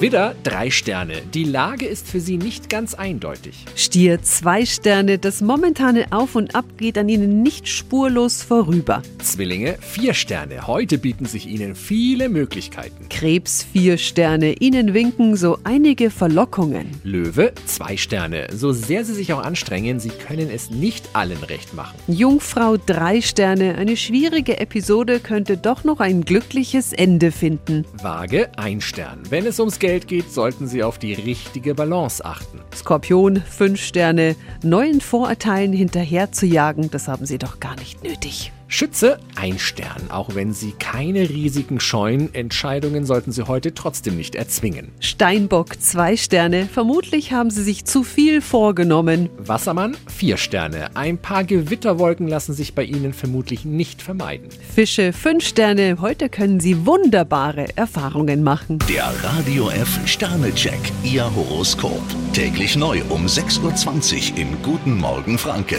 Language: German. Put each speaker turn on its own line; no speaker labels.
Widder, drei Sterne. Die Lage ist für Sie nicht ganz eindeutig.
Stier zwei Sterne, das momentane Auf und Ab geht an Ihnen nicht spurlos vorüber.
Zwillinge, vier Sterne. Heute bieten sich Ihnen viele Möglichkeiten.
Krebs vier Sterne, Ihnen winken so einige Verlockungen.
Löwe, zwei Sterne. So sehr Sie sich auch anstrengen, Sie können es nicht allen recht machen.
Jungfrau drei Sterne, eine schwierige Episode könnte doch noch ein glückliches Ende finden.
Waage, ein Stern. Wenn es ums Geld geht, sollten Sie auf die richtige Balance achten.
Skorpion fünf Sterne, neuen Vorurteilen hinterher zu jagen, das haben Sie doch gar nicht nötig.
Schütze, ein Stern. Auch wenn Sie keine Risiken scheuen, Entscheidungen sollten Sie heute trotzdem nicht erzwingen.
Steinbock zwei Sterne, vermutlich haben Sie sich zu viel vorgenommen.
Wassermann, vier Sterne. Ein paar Gewitterwolken lassen sich bei Ihnen vermutlich nicht vermeiden.
Fische fünf Sterne, heute können Sie wunderbare Erfahrungen machen.
Der Radio F Sternecheck, Ihr Horoskop. Täglich neu um 6.20 Uhr im Guten Morgen Franken.